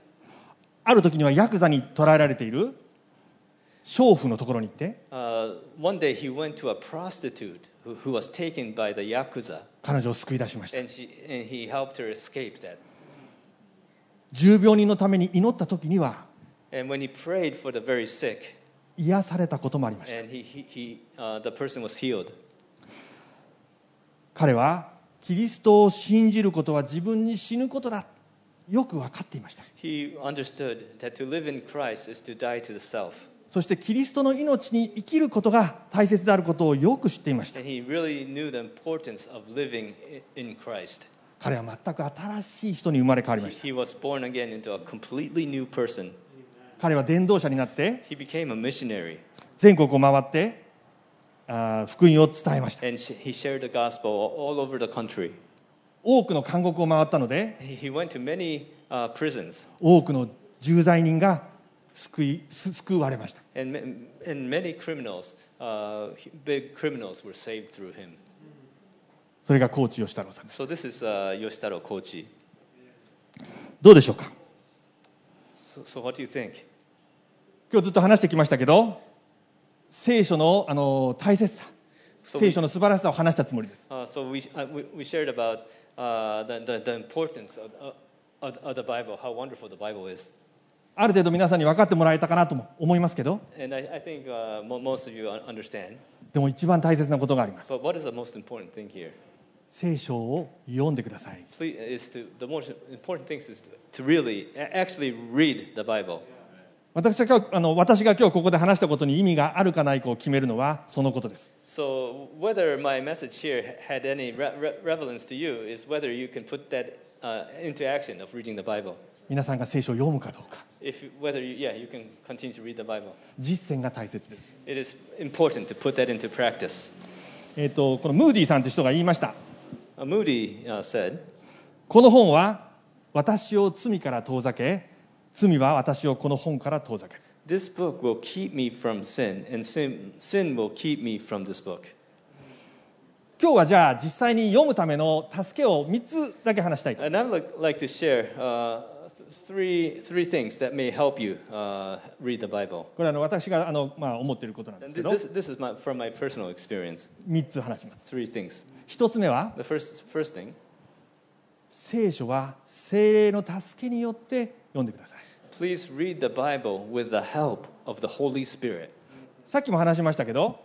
Speaker 1: ある時にはヤクザに捕らえられている娼婦のところに行って
Speaker 2: Uh, one day he went to a prostitute who, who was taken by the Yakuza
Speaker 1: 彼女を救い出しました
Speaker 2: and, she, and he helped her escape that.
Speaker 1: 重病人のために祈った時には
Speaker 2: And when he prayed for the very sick,
Speaker 1: 癒されたこともありました
Speaker 2: and he, he, he, uh, the person was healed.
Speaker 1: 彼はキリストを信じることは自分に死ぬことだよく分かっていました
Speaker 2: He understood that to live in Christ is to die to the self.
Speaker 1: そしてキリストの命に生きることが大切であることをよく知っていました
Speaker 2: And he really knew the importance of living i- in Christ.
Speaker 1: 彼は全く新しい人に生まれ変わり
Speaker 2: He,
Speaker 1: ました
Speaker 2: he was born again into a completely new person.
Speaker 1: 彼は伝道者になって
Speaker 2: He became a missionary
Speaker 1: 全国を回ってあー福音を伝えました
Speaker 2: and sh- he shared the gospel all over the country.
Speaker 1: 多くの韓国を回ったので
Speaker 2: He he went to many uh, prisons
Speaker 1: 多くの重罪人が救いす救われました
Speaker 2: and, ma- and many criminals, uh, big criminals, were saved through him.
Speaker 1: それがコーチ吉太郎さんです
Speaker 2: So this is uh, Yoshitaro Kochi.
Speaker 1: どうでしょうか
Speaker 2: So, so what do you think?
Speaker 1: 今日ずっと話してきましたけど聖書のあの大切さ
Speaker 2: そう
Speaker 1: 聖書の素晴らしさを話したつもりです
Speaker 2: Uh, so we, uh, we, we shared about uh, the, the, the importance of, uh, of, of the Bible, how wonderful the Bible is.
Speaker 1: ある程度皆さんに分かってもらえたかなとも思いますけど
Speaker 2: And I, I think uh, mo- most of you un- understand.
Speaker 1: でも一番大切なことがあります
Speaker 2: But what is the most important thing here?
Speaker 1: 聖書を読んでください
Speaker 2: Please, is to, the most important thing is to really, a- actually read the Bible.
Speaker 1: 私が今日あの私が今日ここで話したことに意味があるかないかを決めるのはそのことです
Speaker 2: So whether my message here had any re- re- relevance to you is whether you can put that uh, into action of reading the Bible.
Speaker 1: 皆さんが聖書を読むかどうか
Speaker 2: If you- whether you, yeah, you can continue to read the Bible.
Speaker 1: 実践が大切です、
Speaker 2: It is important to put that into practice.
Speaker 1: えー、とこのムーディさんという人が言いました
Speaker 2: Uh, Moody uh, said,
Speaker 1: この本は私を罪から遠ざけ罪は私をこの本から遠ざける
Speaker 2: This book will keep me from sin, and sin, sin will keep me from this book.
Speaker 1: 今日はじゃあ実際に読むための助けを3つだけ話したいと
Speaker 2: And I'd like, like to share uh, th- three, three things that may help you uh, read the Bible.
Speaker 1: これはあの私があの、まあ、思っていることなんで
Speaker 2: And
Speaker 1: すけ
Speaker 2: th-
Speaker 1: ど
Speaker 2: this, this is my, from my personal experience.
Speaker 1: 3つ話します
Speaker 2: Three things.
Speaker 1: 1つ目は
Speaker 2: The first, first thing
Speaker 1: 聖書は精霊の助けによって読んでください
Speaker 2: please read the Bible with the help of the Holy Spirit.
Speaker 1: さっきも話しましたけど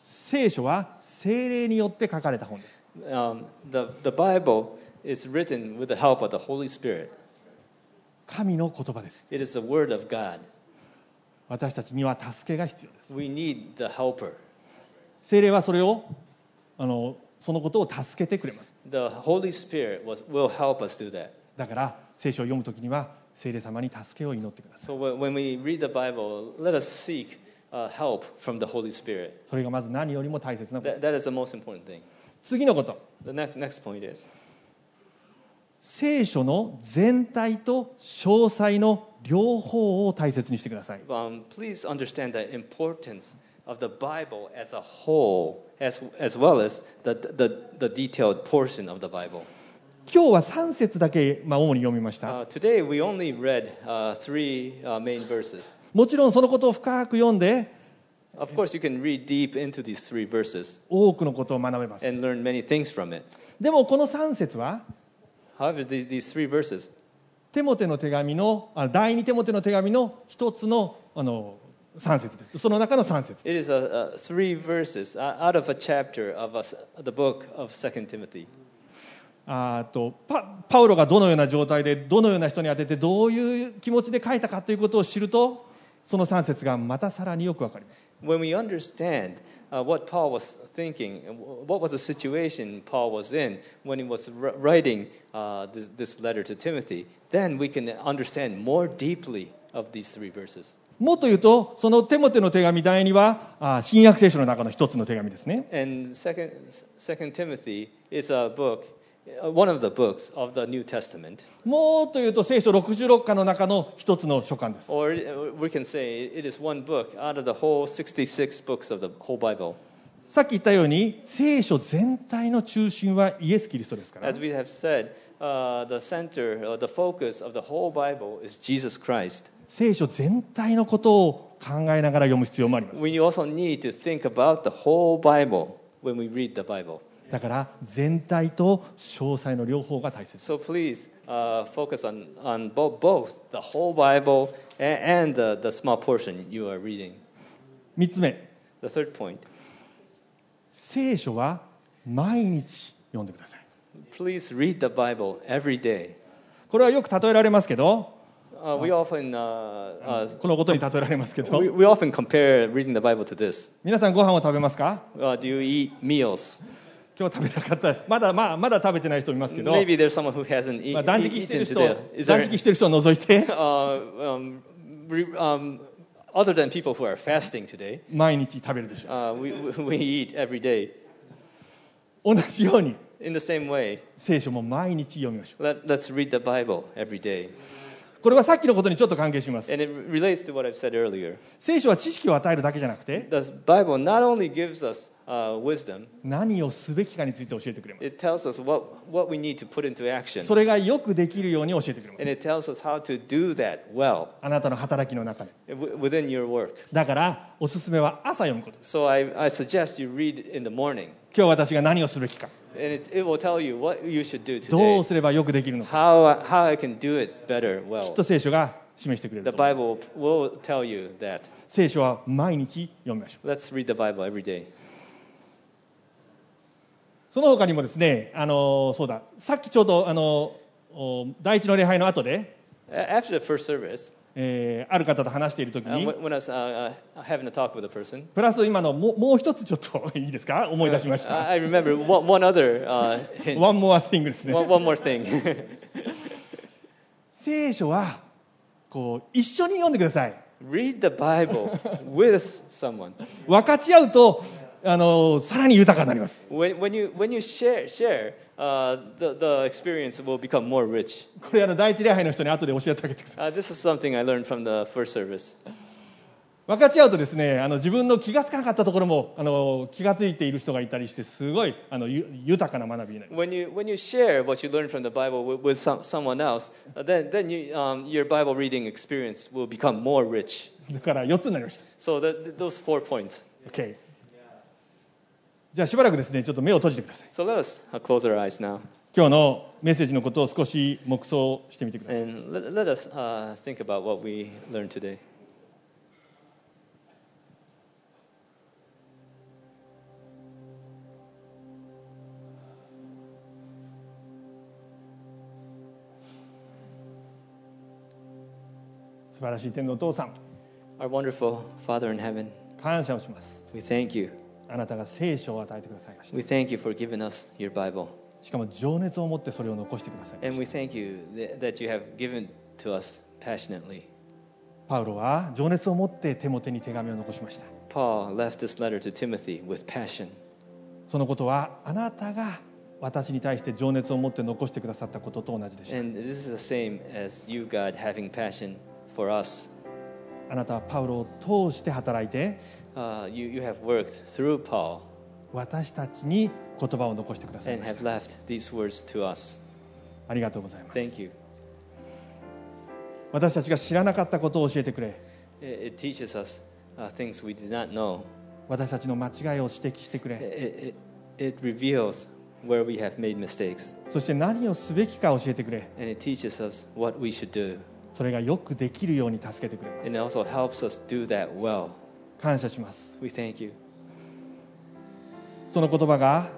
Speaker 1: 聖書は精霊によって書かれた本です
Speaker 2: Um, the, the Bible is written with the help of the Holy Spirit.
Speaker 1: 神の言葉です
Speaker 2: It is the Word of God.
Speaker 1: 私たちには助けが必要です
Speaker 2: We need the helper.
Speaker 1: 精霊はそれをあのそのことを助けてくれます
Speaker 2: The Holy Spirit was, will help us do that.
Speaker 1: だから聖書を読むときには聖霊様に助けを祈ってください
Speaker 2: So when when we read the Bible, let us seek uh, help from the Holy Spirit.
Speaker 1: それがまず何よりも大切なこと
Speaker 2: That, that is the most important thing.
Speaker 1: 次のこと
Speaker 2: The next, next point is
Speaker 1: 聖書の全体と詳細の両方を大切にしてください
Speaker 2: um, please understand the importance of the Bible as a whole, as, as well as the, the, the detailed portion of the Bible.
Speaker 1: 今日は3節だけ、まあ、主に読みました
Speaker 2: Uh, today, we only read uh, three uh, main verses.
Speaker 1: もちろんそのことを深く読んで
Speaker 2: Of course, you can read deep into these three verses
Speaker 1: 多くのことを学べます
Speaker 2: and learn many things from it.
Speaker 1: でもこの3節は
Speaker 2: However, these, these three verses
Speaker 1: テモテの手紙のあ第二テモテの手紙の一つのあの3節ですその中の3節
Speaker 2: It is uh, uh, three verses uh, out of a chapter of us the book of Second Timothy.
Speaker 1: あーとパパウロがどのような状態でどのような人に当ててどういう気持ちで書いたかということを知るとその3節がまたさらによくわかります
Speaker 2: When we understand uh, what Paul was thinking, and wh- what was the situation Paul was in when he was wr- writing uh, this, this letter to Timothy, then we can understand more deeply of these three verses.
Speaker 1: もっと言うとそのテモテの手紙第2はあー新約聖書の中の一つの手紙ですね
Speaker 2: And Second, Second Timothy is a book, uh, one of the books of the New Testament,
Speaker 1: もっと言うと聖書66巻の中の一つの書簡です
Speaker 2: or uh, we can say it is one book out of the whole 66 books of the whole Bible.
Speaker 1: さっき言ったように聖書全体の中心はイエス・キリストですから
Speaker 2: As we have said, uh, the center, uh, the focus of the whole Bible is Jesus Christ.
Speaker 1: 聖書全体のことを考えながら読む必要もあります
Speaker 2: We also need to think about the whole Bible when we read the Bible.
Speaker 1: だから全体と詳細の両方が大切
Speaker 2: So please uh, focus on, on bo- both the whole Bible and, and the, the small portion you are reading.
Speaker 1: 3つ目
Speaker 2: The third point
Speaker 1: 聖書は毎日読んでください
Speaker 2: please read the Bible every day.
Speaker 1: これはよく例えられますけど
Speaker 2: Uh, we, often, uh, uh,
Speaker 1: このことに例えられますけど
Speaker 2: we, we often compare reading the Bible to this
Speaker 1: 皆さんご飯を食べますか
Speaker 2: uh, Do you eat meals?
Speaker 1: 今日食べたかったまだ,、まあ、まだ食べてない人いますけど、
Speaker 2: Maybe there's someone who hasn't eat,
Speaker 1: まあ、断食してる
Speaker 2: eaten
Speaker 1: 人
Speaker 2: today. Is
Speaker 1: 断
Speaker 2: there
Speaker 1: 食してる人を除いて
Speaker 2: uh, um, re, um, other than people who are fasting today?
Speaker 1: 毎日食べるでしょ
Speaker 2: Uh, we, we we eat every day.
Speaker 1: う同じように
Speaker 2: In the same way,
Speaker 1: 聖書も毎日読みましょ
Speaker 2: let, let's read the Bible every day.
Speaker 1: うこれはさっきのことにちょっと関係します
Speaker 2: And it relates to what I've said earlier.
Speaker 1: 聖書は知識を与えるだけじゃなくて
Speaker 2: The Bible not only gives us uh, wisdom,
Speaker 1: 何をすべきかについて教えてくれます
Speaker 2: it tells us what, what we need to put into action.
Speaker 1: それがよくできるように教えてくれます
Speaker 2: And it tells us how to do that well
Speaker 1: あなたの働きの中で
Speaker 2: w- within your work.
Speaker 1: だからおすすめは朝読むことです
Speaker 2: So I, I suggest you read in the morning.
Speaker 1: 今日私が何をすべきか
Speaker 2: And it, it will tell you what you should do
Speaker 1: ど
Speaker 2: today,
Speaker 1: うすればよくできるのか
Speaker 2: how, I- how I can do it better
Speaker 1: きっ
Speaker 2: well.
Speaker 1: と聖書が示してくれる
Speaker 2: The
Speaker 1: と思う
Speaker 2: Bible will tell you that.
Speaker 1: 聖書は毎日読みましょう
Speaker 2: Let's read the Bible every day.
Speaker 1: その他にもですねあのそうださっきちょうどあのお第一の礼拝の後で、
Speaker 2: A- After the first service,
Speaker 1: えーある方と話している時
Speaker 2: uh,
Speaker 1: に
Speaker 2: when when I was uh, uh, having a talk with a person,
Speaker 1: プラス今のもうもう一つちょっと いいですか思い出しまし
Speaker 2: I
Speaker 1: た
Speaker 2: uh, I remember one, one other uh, hint,
Speaker 1: One more thing ですね
Speaker 2: one, one more thing.
Speaker 1: 聖書はこう一緒に読んでください
Speaker 2: read the Bible with someone.
Speaker 1: 分かち合うとあのさらに豊かになります
Speaker 2: When, when, you, when you share, share uh, the, the experience will become more rich.
Speaker 1: これあの第一礼拝の人に後で教えてあげてください
Speaker 2: Uh, this is something I learned from the first service.
Speaker 1: 分かち合うとですねあの自分の気がつかなかったところもあの気がついている人がいたりしてすごいあのゆ豊かな学びになる
Speaker 2: When you, when you share what you learn from the Bible with, with some, someone else, uh, then, then you, um, your Bible reading experience will become more rich.
Speaker 1: だから4つになりまし
Speaker 2: So that, those four points.
Speaker 1: た OK じゃあしばらくですねちょっと目を閉じてください
Speaker 2: So let us uh, close our eyes now
Speaker 1: 今日のメッセージのことを少し黙想してみてください
Speaker 2: and let, let us uh, think about what we learned today.
Speaker 1: 今素晴らしい天のお父さん
Speaker 2: Our wonderful Father in heaven,
Speaker 1: 感謝をします
Speaker 2: we thank you.
Speaker 1: あなたが聖書を与えてくださいました
Speaker 2: We thank you for giving us your Bible.
Speaker 1: しかも情熱を持ってそれを残してくださいま
Speaker 2: And
Speaker 1: した
Speaker 2: we thank you th- that you have given to us passionately.
Speaker 1: パウロは情熱を持って手モテに手紙を残しました
Speaker 2: Paul left this letter to Timothy with passion.
Speaker 1: そのことはあなたが私に対して情熱を持って残してくださったことと同じでした
Speaker 2: And this is the same as you, God, having passion for us.
Speaker 1: あなたはパウロを通して働いて
Speaker 2: Uh, you, you have worked through Paul
Speaker 1: 私たちに言葉を残してください
Speaker 2: and
Speaker 1: まし
Speaker 2: have
Speaker 1: た
Speaker 2: left these words to us.
Speaker 1: ありがとうございます
Speaker 2: Thank you.
Speaker 1: 私たちが知らなかったことを教えてくれ
Speaker 2: It, it teaches us uh, things we did not know,
Speaker 1: 私たちの間違いを指摘してく
Speaker 2: it,
Speaker 1: れ
Speaker 2: it, it reveals where we have made mistakes,
Speaker 1: そして何をすべきか教えてくれ
Speaker 2: and it teaches us what we should do.
Speaker 1: それがよくできるように助けてくれま
Speaker 2: And it
Speaker 1: す
Speaker 2: also helps us do that well.
Speaker 1: 感謝します
Speaker 2: We thank you.
Speaker 1: その言葉が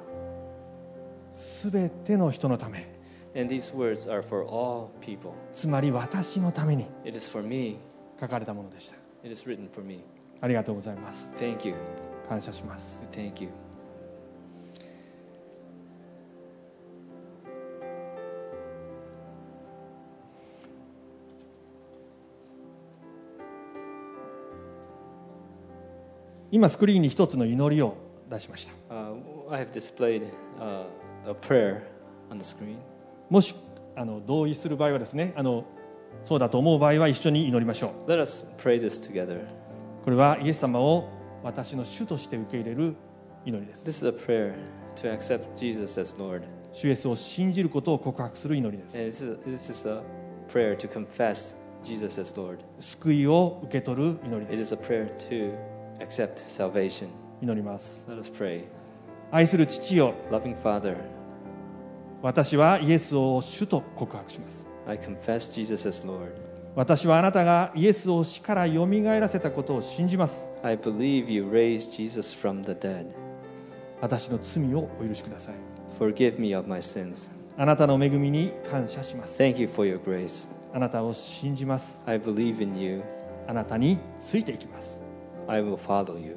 Speaker 1: すべての人のため
Speaker 2: And these words are for all people.
Speaker 1: つまり私のために
Speaker 2: It is for me.
Speaker 1: 書かれたものでした
Speaker 2: It is written for me.
Speaker 1: ありがとうございます
Speaker 2: Thank you.
Speaker 1: 感謝します
Speaker 2: Thank you.
Speaker 1: 今スクリーンに一つの祈りを出しました
Speaker 2: Uh, I have displayed uh, a prayer on the screen.
Speaker 1: もしあの同意する場合はですねあのそうだと思う場合は一緒に祈りましょ
Speaker 2: Let us pray this together.
Speaker 1: うこれはイエス様を私の主として受け入れる祈りです
Speaker 2: This is a prayer to accept Jesus as Lord.
Speaker 1: 主イエスを信じることを告白する祈りで
Speaker 2: And
Speaker 1: す
Speaker 2: this is, this is a prayer to confess Jesus as Lord.
Speaker 1: 救いを受け取る祈り
Speaker 2: It
Speaker 1: です
Speaker 2: is a prayer to accept salvation.
Speaker 1: 祈ります
Speaker 2: Let us pray.
Speaker 1: 愛する父よ
Speaker 2: Loving Father,
Speaker 1: 私はイエスを主と告白します
Speaker 2: I confess Jesus as Lord.
Speaker 1: 私はあなたがイエスを死からよみがえらせたことを信じます
Speaker 2: I believe you raised Jesus from the dead.
Speaker 1: 私の罪をお許しください
Speaker 2: Forgive me of my sins.
Speaker 1: あなたの恵みに感謝します。
Speaker 2: Thank you for your grace.
Speaker 1: あなたを信じます。
Speaker 2: I believe in you.
Speaker 1: あなたについていきます。
Speaker 2: I will follow you.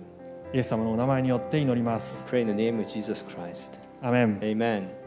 Speaker 1: イエス様のお名前によって祈ります。
Speaker 2: Pray in the name of Jesus Christ.
Speaker 1: アメン。
Speaker 2: Amen.